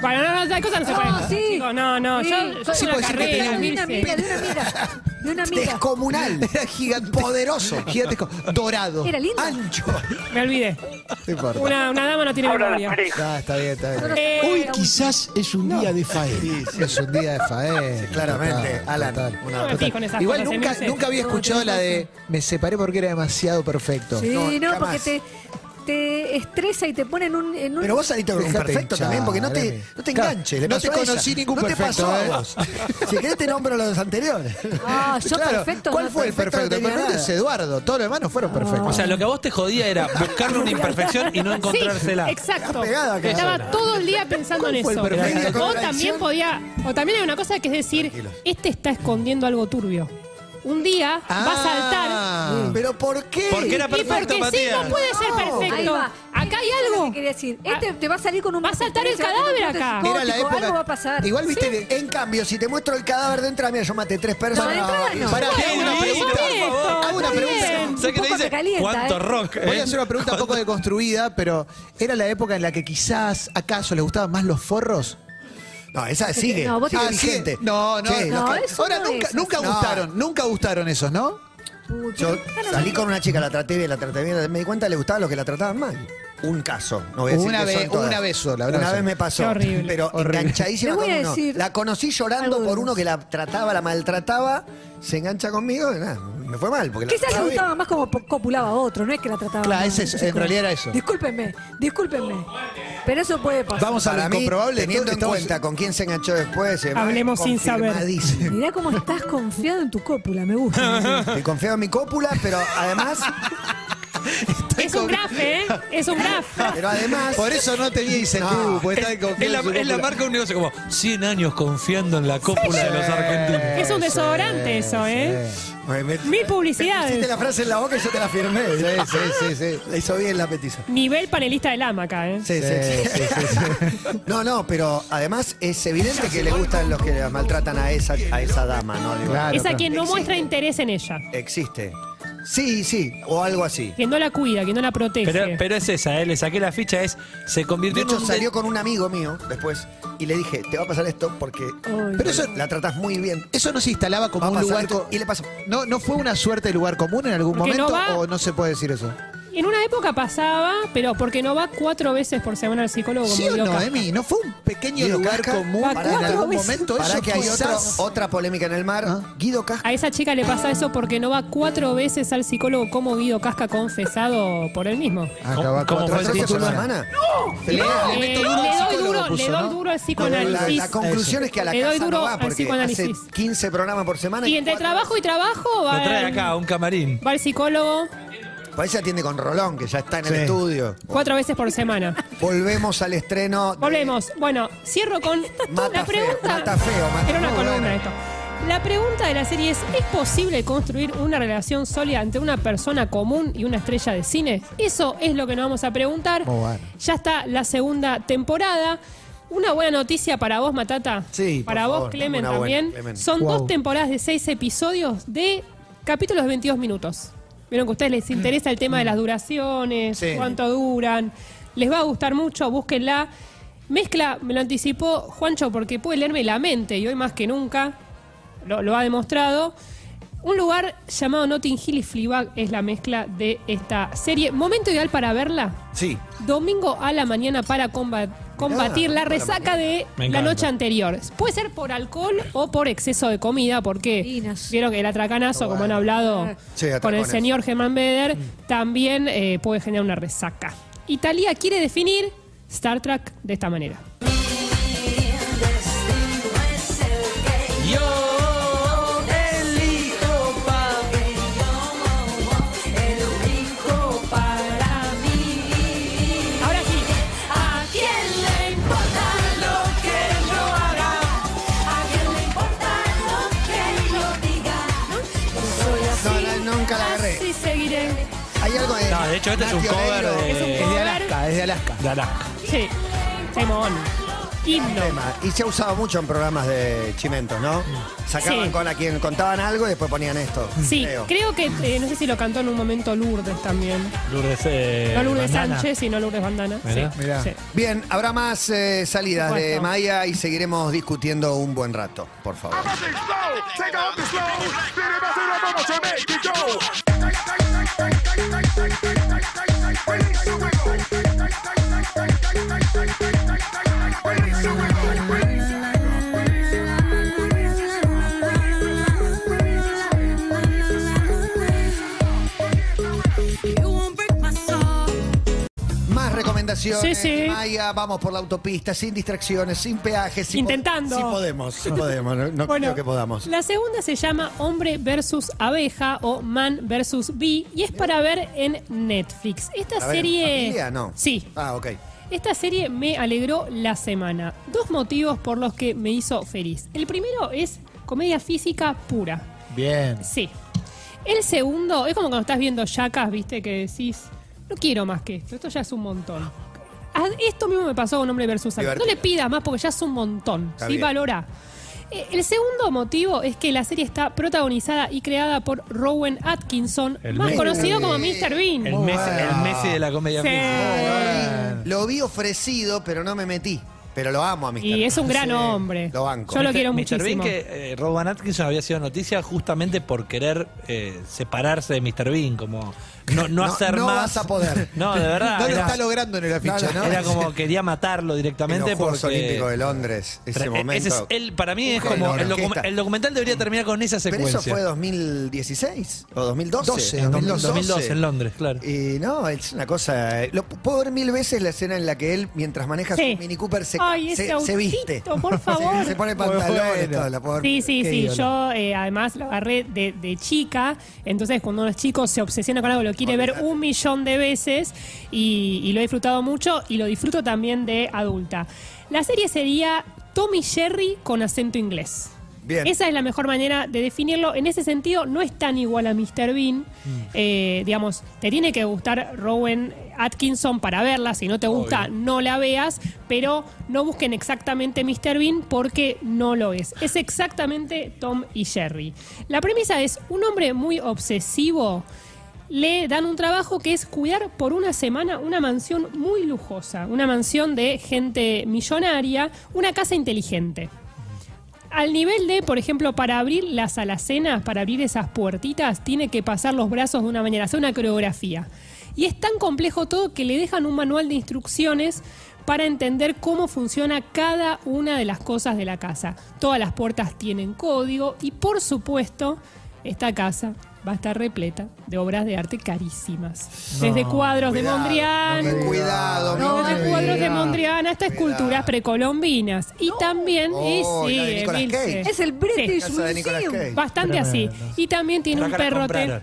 Bueno, no, no, hay cosas que no se pueden. No, sí. chicos, no, no. Sí, Yo, yo sí, tengo puede una ser que carrera, tenía un- De una Mirce. amiga, de una amiga. De una amiga. Descomunal. [LAUGHS] Era gigante. Poderoso. Gigantesco. Dorado. Era lindo. Ancho. Me olvidé. No importa. Una, una dama no tiene Ahora las memoria. parejas. Ah, está bien, está bien. Eh, Hoy quizás es un día de faena. Sí, sí, es un día de faena. Claramente, total, Alan. total. una- No me fijo en esas Igual cosas, nunca, Emilce. nunca había escuchado la de me separé porque era demasiado perfecto. Sí, No, no, jamás. porque te, te estresa y te pone en un. En un Pero vos saliste con un Dejate perfecto hinchar, también, porque no te, Remy. no te Claro, enganches. le no pasó te a ella. conocí ningún No te perfecto, pasó a ¿eh? vos. [LAUGHS] Si querés te nombro los [LAUGHS] anteriores. Ah, yo perfecto ¿Cuál no fue el perfecto no perfecto? El tenía perfecto nada. es Eduardo. Todos los demás no fueron perfectos. O sea, lo que a vos te jodía era buscarle una imperfección y no encontrársela. Sí, exacto. Está pegada acá. Estaba todo el día pensando en fue el eso. perfil de O contradicción? también podía, o también hay una cosa que es decir, este está escondiendo algo turbio. Un día va a saltar. Ah. Mm. ¿Pero por qué? Porque era Y porque perfecto, sí, Matías. no puede ser Ahí perfecto. va. Acá hay Eso es lo que algo. quería decir. Este te va a salir con un. Va a saltar el cadáver acá. Era la época. Algo va a pasar. Igual viste que En cambio, si te muestro el cadáver de entrada, mira, yo maté tres No, de personas. entrada no. Pará, Qué hago una lindo, pregunta. por favor. Hago una Está pregunta. bien. ¿Sabés qué Un te poco dice? te calienta, ¿Cuánto eh? rock? Voy eh? a hacer una pregunta un poco deconstruida, pero ¿era la época en la que quizás acaso les gustaban más los forros? Ah, No, esa sigue. No, vos sigue te- vigente. No, no, Sí. los No, que- eso Ahora no nunca, es nunca así. gustaron, nunca gustaron esos, ¿no? Uh, Yo tiene- salí con una chica, la traté bien, la traté bien, me di cuenta que le gustaban los que la trataban mal. Un caso, no voy a decir Una que vez- son todas. una vez sola, una Una, vez vez sola. me pasó. Qué horrible. Pero enganchadísima Te voy con a uno. decir La conocí llorando algo por de uno eso. que la trataba, la maltrataba, se engancha conmigo, y nada, me fue mal. Porque la Quizás le trataba bien. gustaba más como po- copulaba a otro, no es que la trataba. Ah, Claro, mal, es eso, en chicos. realidad era eso. Discúlpenme, discúlpenme. Pero eso puede pasar. Vamos a lo Para mí, incomprobable. teniendo en estamos- cuenta con quién se enganchó después. y demás, Hablemos sin saber. [LAUGHS] confirmadísimo. Mirá cómo estás confiado en tu cópula, me [LAUGHS] gusta. Y confío en mi cópula, pero además, Es un graf, ¿eh? Es un graf. pero además, Por eso no tenía incentivo, No. porque estaba Es la, confiado en su es la cópula. marca de un negocio como 100 años confiando en la cópula de los argentinos. Es un desodorante eso, ¿eh? Me metí- Mil Hiciste publicidades. la frase en la boca y yo te la firmé. Sí, sí, sí, sí. [LAUGHS] La hizo bien la petiza. Nivel panelista del AMA acá, ¿eh? Sí, sí, sí. [LAUGHS] No, no, pero además es evidente que le gustan los que la maltratan a esa, a esa dama, ¿no? Digo, Claro. Esa quien no muestra interés en ella. Existe. Sí, sí, o algo así. Quien no la cuida, quien no la protege. Pero, pero es esa, ¿eh? le saqué la ficha, es se De convirtió en hecho, un salió con un amigo mío después y le dije, te va a pasar esto porque Pero eso, la tratás muy bien. eso no se instalaba como Va a un pasar lugar. esto. co- Y le pasó. No, ¿No fue una suerte de lugar común en algún Porque no momento va- o no se puede decir eso? En una época pasaba, pero porque no va cuatro veces por semana al psicólogo. ¿Sí como o no, loca. Emi? ¿No fue un pequeño Guido lugar Casca, común va en cuatro algún veces. momento? Para eso que hay otro- quizás- otra polémica en el mar. Ah. Guido Casca. A esa chica le pasa eso porque no va cuatro veces al psicólogo como Guido Casca confesado por él mismo. Ah, Acá va ¿Cómo cuatro fue el veces por título? semana. Eh, Le meto duro al le doy psicólogo, duro, puso, le doy duro ¿no? al La, la- la psicoanálisis. conclusión es que a la Le doy casa duro no va al porque hace psicoanálisis. 15 programas por semana Y entre trabajo y trabajo Lo va, trae al- acá, a un camarín. va al psicólogo Por ahí se atiende con Rolón, que ya está en el Sí. estudio. cuatro veces por [LAUGHS] semana. Volvemos al estreno. de- Volvemos. Bueno, cierro con Mata la pregunta. feo, mata feo, mata Era una muy columna buena. esto. La pregunta de la serie es: ¿es posible construir una relación sólida entre una persona común y una estrella de cine? Eso es lo que nos vamos a preguntar. Oh, Muy bueno. Ya está la segunda temporada. Una buena noticia para vos, Matata. Sí, por Para vos, favor, Clemen, una buena, también. Clemen. Son Wow. dos temporadas de seis episodios de capítulos de 22 minutos. Vieron que a ustedes les interesa el tema de las duraciones, Sí. cuánto duran. Les va a gustar mucho, búsquenla. Mezcla, me lo anticipó Juancho porque puede leerme la mente y hoy más que nunca lo, lo ha demostrado. Un lugar llamado Notting Hill y Fleabag es la mezcla de esta serie. Momento ideal para verla. Sí. Domingo a la mañana para comba- combatir la para resaca de Me la encanta. noche anterior. Puede ser por alcohol o por exceso de comida, porque Vinos. vieron que el atracanazo, como han hablado Sí, con el atracones. señor Germán Beder, también eh, puede generar una resaca. Italia quiere definir Star Trek de esta manera. Yo elijo Ahora sí, No, no, nunca la agarré. así seguiré. Hay algo de. No, de hecho, este es un Natio cover Oreiro. de- Es un Es de cover. Alaska, es de Alaska. de Alaska. Sí, Simón. Y himno. tema. Y se ha usado mucho en programas de chimentos, ¿no? Sacaban Sí. con a quien contaban algo y después ponían esto. Sí, creo que, eh, no sé si lo cantó en un momento Lourdes también. Lourdes, eh, No Lourdes Bandana. Sánchez, sino Lourdes Bandana. Mirá, sí. Mirá. Sí. Bien, habrá más eh, salidas Por de supuesto. Maya y seguiremos discutiendo un buen rato, por favor. Más recomendaciones Sí, sí. de Maya, vamos por la autopista, sin distracciones, sin peajes. si po- Intentando. Si podemos, si [LAUGHS] podemos, no, no creo que podamos. La segunda se llama Hombre versus Abeja o Man versus Bee y es para ver en Netflix. Esta A ver, serie. ¿familia? No. Sí. Ah, ok. Esta serie me alegró la semana. Dos motivos por los que me hizo feliz. El primero es comedia física pura. Bien. Sí. El segundo es como cuando estás viendo yacas, viste, que decís, no quiero más que esto, esto ya es un montón. Ah, Esto mismo me pasó con Hombre versus Abeja. No Divertido. le pidas más porque ya es un montón, Está ¿sí? bien. Valora. Eh, El segundo motivo es que la serie está protagonizada y creada por Rowan Atkinson, El más Messi. conocido como Mr. Bean. El Messi, el Messi de la comedia. Sí. Eh, Lo vi ofrecido, pero no me metí. Pero lo amo a Mr. Y es un gran Sí, hombre. Lo banco. Yo lo quiero Mr. Bean, muchísimo. que eh, Rowan Atkinson había sido noticia justamente por querer eh, separarse de Mr. Bean, como no, no, No- hacer no más. vas a poder. [LAUGHS] No, de verdad. No lo era, está logrando en el afiche, No, ¿no? no, era como quería matarlo En directamente los Juegos porque. Olímpicos de Londres, ese Tra- momento. es el- para mí es Con como. la El, docu- orquesta. el documental debería terminar con esa Pero secuencia. eso fue 2016 o 2012. 12, en 2012. 2012 en Londres, claro. Y no, es una cosa. eh, Lo, puedo ver mil veces la escena en la que él, mientras maneja Sí. su Mini Cooper, se, Ay, ese se, se viste. autito, por favor. [LAUGHS] Se, se pone pantalones, Bueno. todo, la puedo ver. Sí, sí, Qué sí. ídolo. Yo eh, además lo agarré de, de chica. Entonces, cuando uno es chico, se obsesiona con algo, lo quiere ver un millón de veces. Y, y lo he disfrutado mucho y lo disfruto también de adulta. La serie sería Tommy Jerry con acento inglés. Bien. Esa es la mejor manera de definirlo. En ese sentido, no es tan igual a Mr. Bean. Eh, digamos, te tiene que gustar Rowan Atkinson para verla. Si no te gusta, no la veas. Pero no busquen exactamente Mr. Bean porque no lo es. Es exactamente Tom y Jerry. La premisa es un hombre muy obsesivo le dan un trabajo que es cuidar por una semana una mansión muy lujosa, una mansión de gente millonaria, una casa inteligente. Al nivel de, por ejemplo, para abrir las alacenas, para abrir esas puertitas, tiene que pasar los brazos de una manera, hacer una coreografía. Y es tan complejo todo que le dejan un manual de instrucciones para entender cómo funciona cada una de las cosas de la casa. Todas las puertas tienen código y, por supuesto, esta casa va a estar repleta de obras de arte carísimas. Desde cuadros Cuidado, de Mondrian, no me- Cuidado, no, no de me cuadros de digas. Mondrián hasta esculturas precolombinas. Y también, y Oh, sí, la de Nicolas Emilce. Cage. Es el British Casa de Nicolas Cage. Museum. Bastante así. Y también tiene un Saca la perrote, comprar.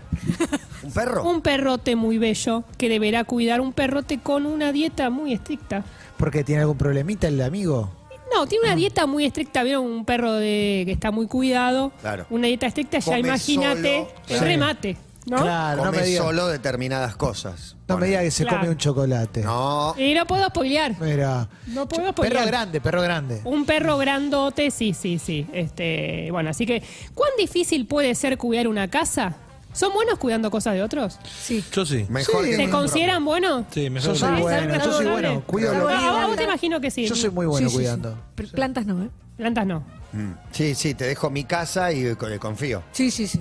¿Un perro? un perrote muy bello que deberá cuidar un perrote con una dieta muy estricta. Porque tiene algún problemita el amigo. No, tiene Mm. una dieta muy estricta. Vieron un perro de que está muy cuidado. Claro. Una dieta estricta, ya Come imagínate solo, el claro. remate, ¿no? Claro, Ah, no Come me diga, solo determinadas cosas. no me Ponele. diga que se Claro. come un chocolate. No. Y no puedo spoilear. Mira. No puedo Perro spoilear. grande, perro grande. Un perro grandote, sí, sí, sí. Este, bueno, así que, ¿cuán difícil puede ser cuidar una casa? ¿Son buenos cuidando cosas de otros? Sí. Yo sí. Mejor Sí. que ¿Se un consideran buenos? Sí, mejor Yo que- soy Ah, bueno, es yo soy saludable. bueno. Cuido Pero lo a- a mío. vos te imagino que sí. Yo soy muy bueno cuidando. Pero Plantas no, ¿eh? Plantas no. Mm. Sí, sí, te dejo mi casa y co- le confío. Sí, sí, sí.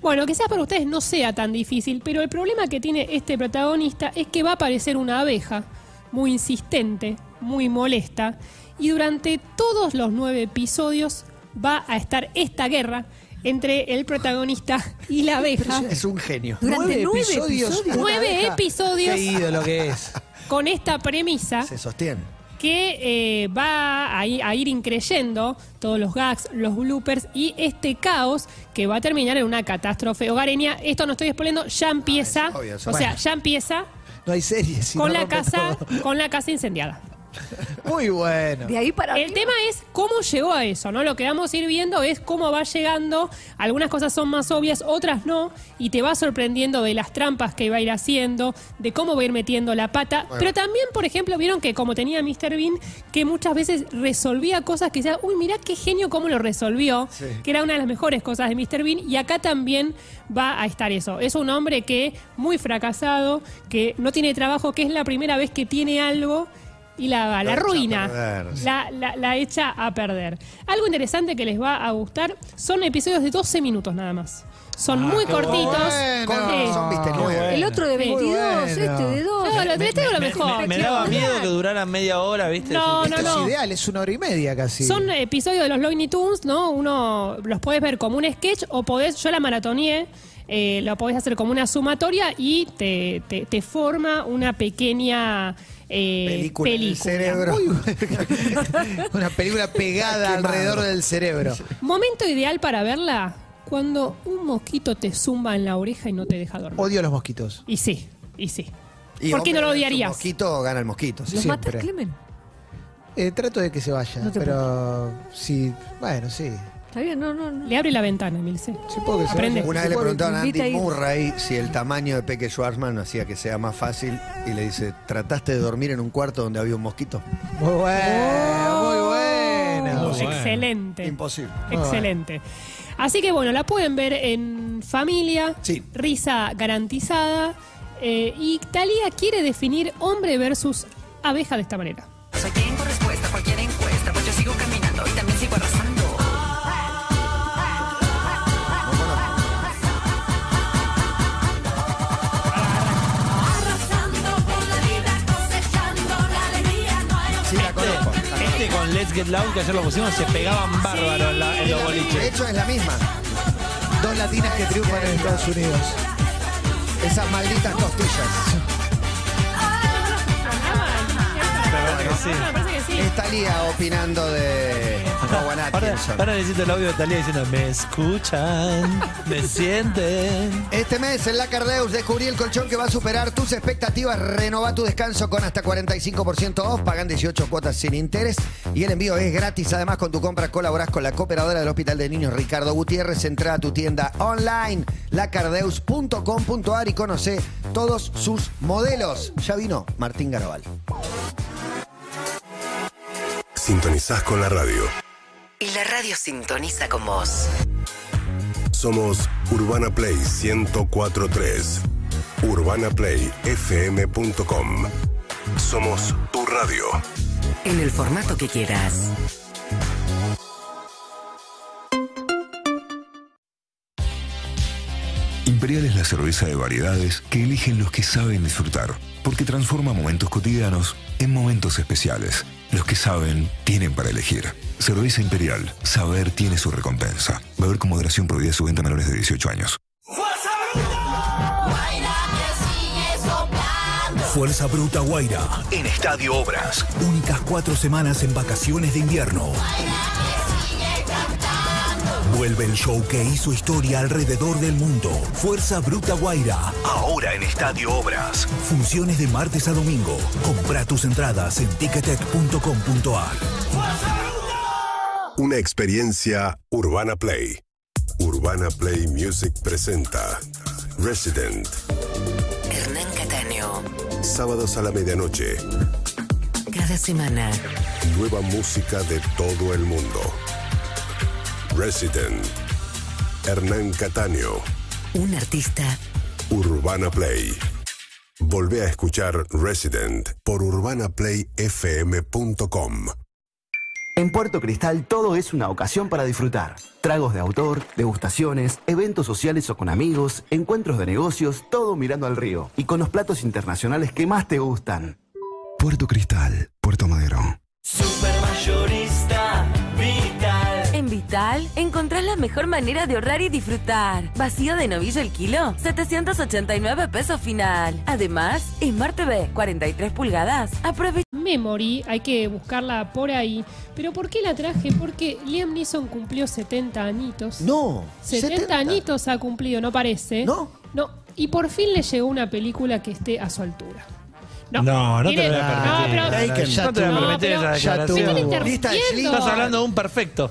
Bueno, quizás para ustedes no sea tan difícil, pero el problema que tiene este protagonista es que va a aparecer una abeja muy insistente, muy molesta, y durante todos los nueve episodios va a estar esta guerra entre el protagonista y la abeja. Es un genio. Durante nueve, episodios. Nueve abeja. episodios Qué ídolo que es. con esta premisa Se sostiene. que eh, va a, i- a ir increyendo todos los gags, los bloopers y este caos que va a terminar en una catástrofe hogareña. Esto no estoy exponiendo, Ah, ya empieza, es obvio, es o obvio. sea, ya empieza No hay series. si con no la rompe casa, todo. con la casa incendiada. Muy bueno. De ahí para El arriba. tema es cómo llegó a eso, ¿no? Lo que vamos a ir viendo es cómo va llegando. Algunas cosas son más obvias, otras no. Y te va sorprendiendo de las trampas que va a ir haciendo, de cómo va a ir metiendo la pata. Pero también, por ejemplo, vieron que como tenía Mr. Bean, que muchas veces resolvía cosas que decía, uy, mirá qué genio cómo lo resolvió. Que era una de las mejores cosas de Mr. Bean. Y acá también va a estar eso. Es un hombre que muy fracasado, que no tiene trabajo, que es la primera vez que tiene algo. Y la, la echa a ruina. perder, sí. La, la- la echa a perder. Algo interesante que les va a gustar son episodios de 12 minutos nada más. Son Ah, muy cortitos. bueno. Sí. Son viste Qué nueve. El otro de Muy 22, bueno. este de 2. No, lo- este es lo mejor. [LAUGHS] Me, me daba miedo que durara media hora, ¿viste? Este No, Sí. no, Esto no. es ideal, es una hora y media casi. Son episodios de los Looney Tunes, ¿no? Uno los podés ver como un sketch o podés, yo la maratoneé, eh, lo podés hacer como una sumatoria y te, te- te forma una pequeña eh, Película película. en el cerebro. Muy bueno. [LAUGHS] una película pegada Quemado. alrededor del [LAUGHS] cerebro. Momento ideal para verla cuando un mosquito te zumba en la oreja y no te deja dormir. Odio a los mosquitos. Y sí, y sí. Y ¿Por qué hombre, no lo es un odiarías? mosquito gana el mosquito. sí. ¿Los matas, siempre. Clemen? Eh, trato de que se vaya, No te pero sí, bueno, sí. Está bien, no, no, no. Le abre la ventana, Milce. Sí puedo que se Aprende. vaya. Una Sí vez le puedo que- preguntaron a invita Andy a ir. Murray si el tamaño de Peque Schwarzman hacía que sea más fácil y le dice, ¿trataste de dormir en un cuarto donde había un mosquito? Muy bueno, muy Muy bueno. Oh. bueno. Oh, Excelente. Imposible. Excelente. Así que bueno, la pueden ver en familia, Sí. risa garantizada. eh, y Talía quiere definir hombre versus abeja de esta manera. Soy tengo respuesta a cualquier encuesta, pues yo sigo caminando y también sigo arrasando. Arrasando por la vida, cosechando la alegría, no hay Sí, la conozco. Este con Let's Get Loud, que ayer lo pusimos, se pegaban bárbaro en, la- en los De boliches. hecho, es la misma. Dos latinas que triunfan en Estados Unidos. Esas malditas costillas. Pero que sí. Ah, Me parece que sí. Está Lía opinando de Rowan Ahora, Atkinson. ahora necesito el audio de Talía diciendo, me escuchan, me [LAUGHS] sienten. Este mes en La Cardeus descubrí el colchón que va a superar tus expectativas. Renová tu descanso con hasta 45% off. Pagan 18 cuotas sin interés. Y el envío es gratis. Además, con tu compra colaborás con la cooperadora del Hospital de Niños Ricardo Gutiérrez. Entra a tu tienda online, lacardeus.com.ar y conoce todos sus modelos. Ya vino Martín Garabal. Sintonizás con la radio. Y la radio sintoniza con vos. Somos Urbana Play 1043. UrbanaPlayFM.com. Somos tu radio. En el formato que quieras. Imperial es la cerveza de variedades que eligen los que saben disfrutar, porque transforma momentos cotidianos en momentos especiales. Los que saben tienen para elegir. Cerveza Imperial, saber tiene su recompensa. Beber con moderación prohibida su venta a menores de 18 años. Fuerza Bruta Guaira. En Estadio Obras. Únicas cuatro semanas en vacaciones de invierno. Vuelve el show que hizo historia alrededor del mundo. Fuerza Bruta Guaira. Ahora en Estadio Obras. Funciones de martes a domingo. Compra tus entradas en ticketec.com.ar. Una experiencia Urbana Play. Urbana Play Music presenta Resident. Hernán Cataño. Sábados a la medianoche. Cada semana. Nueva música de todo el mundo. Resident. Hernán Cataño. Un artista Urbana Play. Volvé a escuchar Resident por urbanaplayfm.com. En Puerto Cristal todo es una ocasión para disfrutar. Tragos de autor, degustaciones, eventos sociales o con amigos, encuentros de negocios, todo mirando al río y con los platos internacionales que más te gustan. Puerto Cristal, Puerto Madero. En Vital encontrás la mejor manera de ahorrar y disfrutar. Vacío de novillo el kilo, 789 pesos final. Además, Smart TV, 43 pulgadas. Aprovecha. Memory, hay que buscarla por ahí. Pero ¿por qué la traje? Porque Liam Neeson cumplió 70 añitos. No. 70, añitos ha cumplido, no parece. ¿No? No. Y por fin le llegó una película que esté a su altura. No, No, no te Tiene- lo voy a permitir. No, pero- Taken. No te lo voy No, a permitir pero esa me están declaración. interrumpiendo. Estás hablando de un perfecto.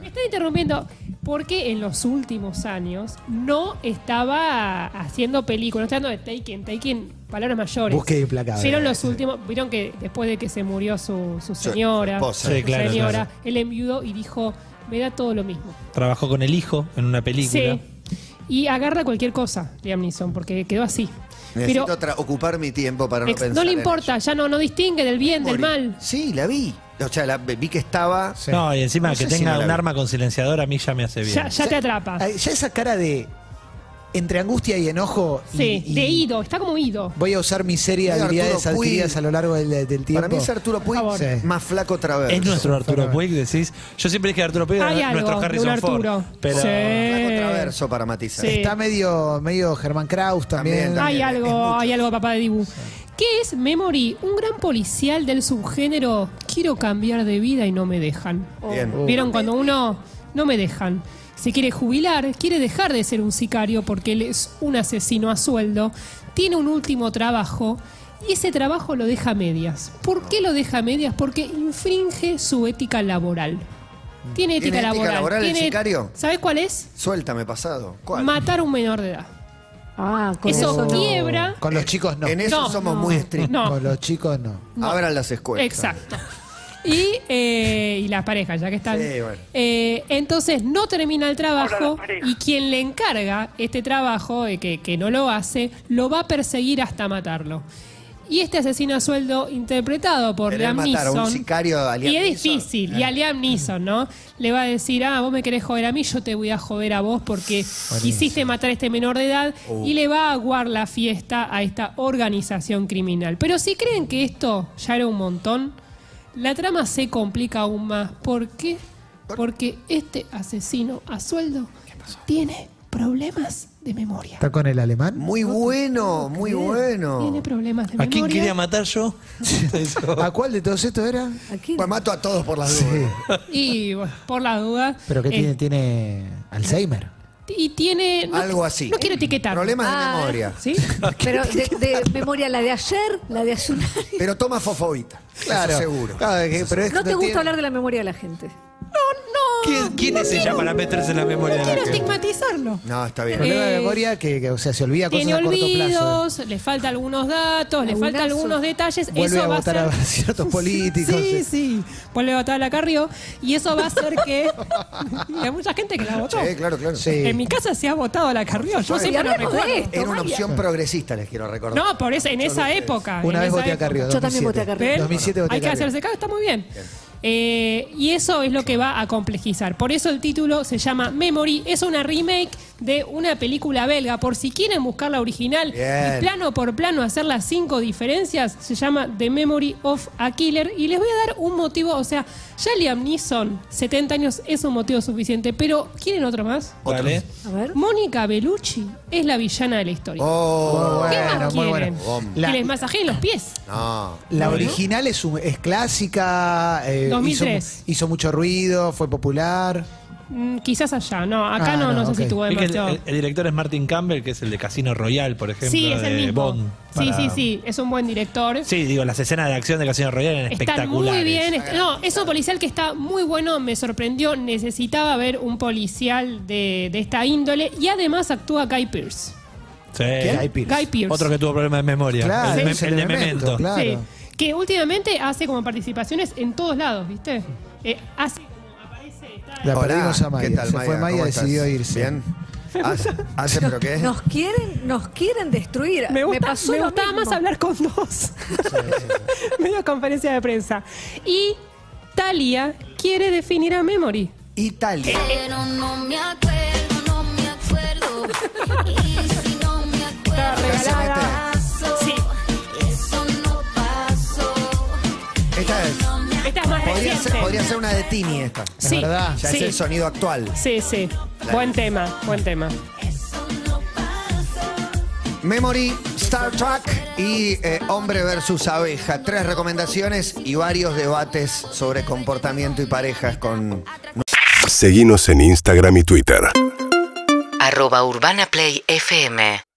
Me están interrumpiendo porque en los últimos años no estaba haciendo películas. Estoy hablando de Taken, Taken, palabras mayores. Búsqueda implacable. Fueron los últimos. Vieron que después de que se murió su, su señora, esposa. su Sí, claro, señora, claro. él enviudó y dijo: Me da todo lo mismo. Trabajó con el hijo en una película. Sí. Y agarra cualquier cosa, Liam Neeson, porque quedó así. Necesito Pero tra- ocupar mi tiempo para no ex- pensar. no le en importa, ya no, no distingue del bien, del mal. Sí, la vi. O sea, la, vi que estaba. No, y encima No que sé si tenga no la un vi. arma con silenciador a mí ya me hace bien. Ya, ya te atrapa. Ay, Ya esa cara de entre angustia y enojo. y- Sí, y de ido, está como ido. Voy a usar mi serie de Mira, habilidades Arturo Puig. adquiridas a lo largo del, del tiempo. Para mí es Arturo Puig favor. Sí. más flaco Traverso. Es nuestro Arturo Puig, decís. Yo siempre dije que Arturo Puig Hay era algo nuestro de un Harrison Arturo. Ford. Pero Flaco sí. Traverso para matizar. Sí. Está medio, medio Germán Kraus también. También, Hay es algo, mucho. hay algo, papá de Dibu. ¿Qué es Memory? Un gran policial del subgénero Quiero cambiar de vida y no me dejan. Bien. ¿Vieron cuando uno no me dejan? Se quiere jubilar, quiere dejar de ser un sicario porque él es un asesino a sueldo, tiene un último trabajo y ese trabajo lo deja a medias. ¿Por qué lo deja a medias? Porque infringe su ética laboral. Tiene ética ética laboral. laboral el tiene- sicario? ¿Sabes cuál es? Suéltame pasado. ¿Cuál? Matar a un menor de edad. Ah, con Eso no. quiebra. Con los chicos no. En eso No, somos no. muy estrictos. No. Con los chicos no. Abran las escuelas. Exacto. Y, eh, y las parejas, ya que están. Sí, bueno. Eh, entonces no termina el trabajo Ahora las parejas. y quien le encarga este trabajo, eh, que, que no lo hace, lo va a perseguir hasta matarlo. Y este asesino a sueldo interpretado por Querer Liam matar a un Neeson- sicario a Liam y es Neeson. difícil. Y a Liam Neeson, ¿no? Le va a decir, ah, vos me querés joder a mí, yo te voy a joder a vos porque quisiste matar a este menor de edad y le va a aguar la fiesta a esta organización criminal. Pero si creen que esto ya era un montón, la trama se complica aún más. ¿Por qué? Porque este asesino a sueldo tiene problemas de memoria. ¿Está con el alemán? Muy bueno, muy Tiene bueno. problemas de ¿A memoria. quién quería matar yo? ¿A cuál de todos estos era? Aquí Pues mato a todos por las dudas. Y bueno, por la duda. Pero que eh, tiene, tiene Alzheimer. Y tiene. no- Algo así. No quiero etiquetar. Problemas Ah. de memoria. ¿Sí? Pero de, de memoria la de ayer, la de hace un año. Pero toma fofobita. Eso seguro. Claro, es que- pero es No que te tiene- gusta hablar de la memoria de la gente. ¿Quién, quién es ella para meterse en la memoria No de la quiero gente? estigmatizarlo. No, está bien. Problema de Eh, memoria que, que, o sea, se olvida cosas Tiene a corto plazo. eh. olvidos, le falta algunos datos, le falta Lagunazo. algunos detalles. Vuelve eso a va votar a a, [LAUGHS] ser. ciertos políticos. eh. Sí, sí. Vuelve a votar a la Carrió. Y eso va a hacer [LAUGHS] que. Y Hay mucha gente que la votó. Sí, claro, claro. Sí. En mi casa se ha votado a la Carrió. Yo siempre lo hablemos de recuerdo. esto. Era una opción progresista, les quiero recordar. No, por eso, en esa época. Una en vez esa voté a época. Carrió. Yo también 2007. voté a Carrió. ¿Ven? 2007 voté Hay que Carrió. hacerse cargo, está muy bien. Eh, y eso es lo que va a complejizar. Por eso el título se llama Memory. Es una remake de una película belga. Por si quieren buscar la original Bien. y plano por plano hacer las cinco diferencias, se llama The Memory of a Killer. Y les voy a dar un motivo. O sea, ya Liam Neeson, 70 años, es un motivo suficiente. Pero, ¿quieren otro más? Vale. A ver. Mónica Bellucci es la villana de la historia. Oh, ¿Qué bueno. más bueno, muy quieren? bueno. Que les masajeen los pies. No. La original es, un- es clásica, eh, hizo 2003. mu- Hizo, mucho ruido, fue popular. Mm, quizás allá, no, acá Ah, no, no, no, sé ok. si tuvo Vi que el, demasiado. el- el director es Martin Campbell, que es el de Casino Royale, por ejemplo. sí, es el de mismo. Bond, Sí, para- sí, sí, es un buen director. Sí, digo, las escenas de acción de Casino Royale eran Están espectaculares. muy bien. est- no, es un policial que está muy bueno, me sorprendió. Necesitaba ver un policial de, de esta índole. Y además actúa Guy Pierce. Sí. Eh, Guy Pearce. Guy Pierce. Otro que tuvo problemas de memoria. Claro, el, de- es el de elemento, Memento. claro. Sí, que últimamente hace como participaciones en todos lados, ¿viste? Eh, hace como aparece. está- La Hola, perdimos a Maya. ¿Qué tal, Se Maya? fue Maya, ¿Cómo estás? decidió irse. Bien. Hace, hace, pero qué. Nos quieren, nos quieren destruir. Me, gusta- pasó me lo gustaba mismo. más hablar con dos. [LAUGHS] Menos conferencia de prensa. Y Talia quiere definir a Memory. Italia. Está regalada. regalada. Sí, Esta es. esta es más Podría reciente. ser, podría ser una de Tini esta. La Sí, verdad. Ya sí, es el sonido actual. sí, sí. Buen tema, buen tema. Memory, Star Trek y eh, Hombre versus Abeja. Tres recomendaciones y varios debates sobre comportamiento y parejas con Seguimos en Instagram y Twitter. arroba Urbana Play FM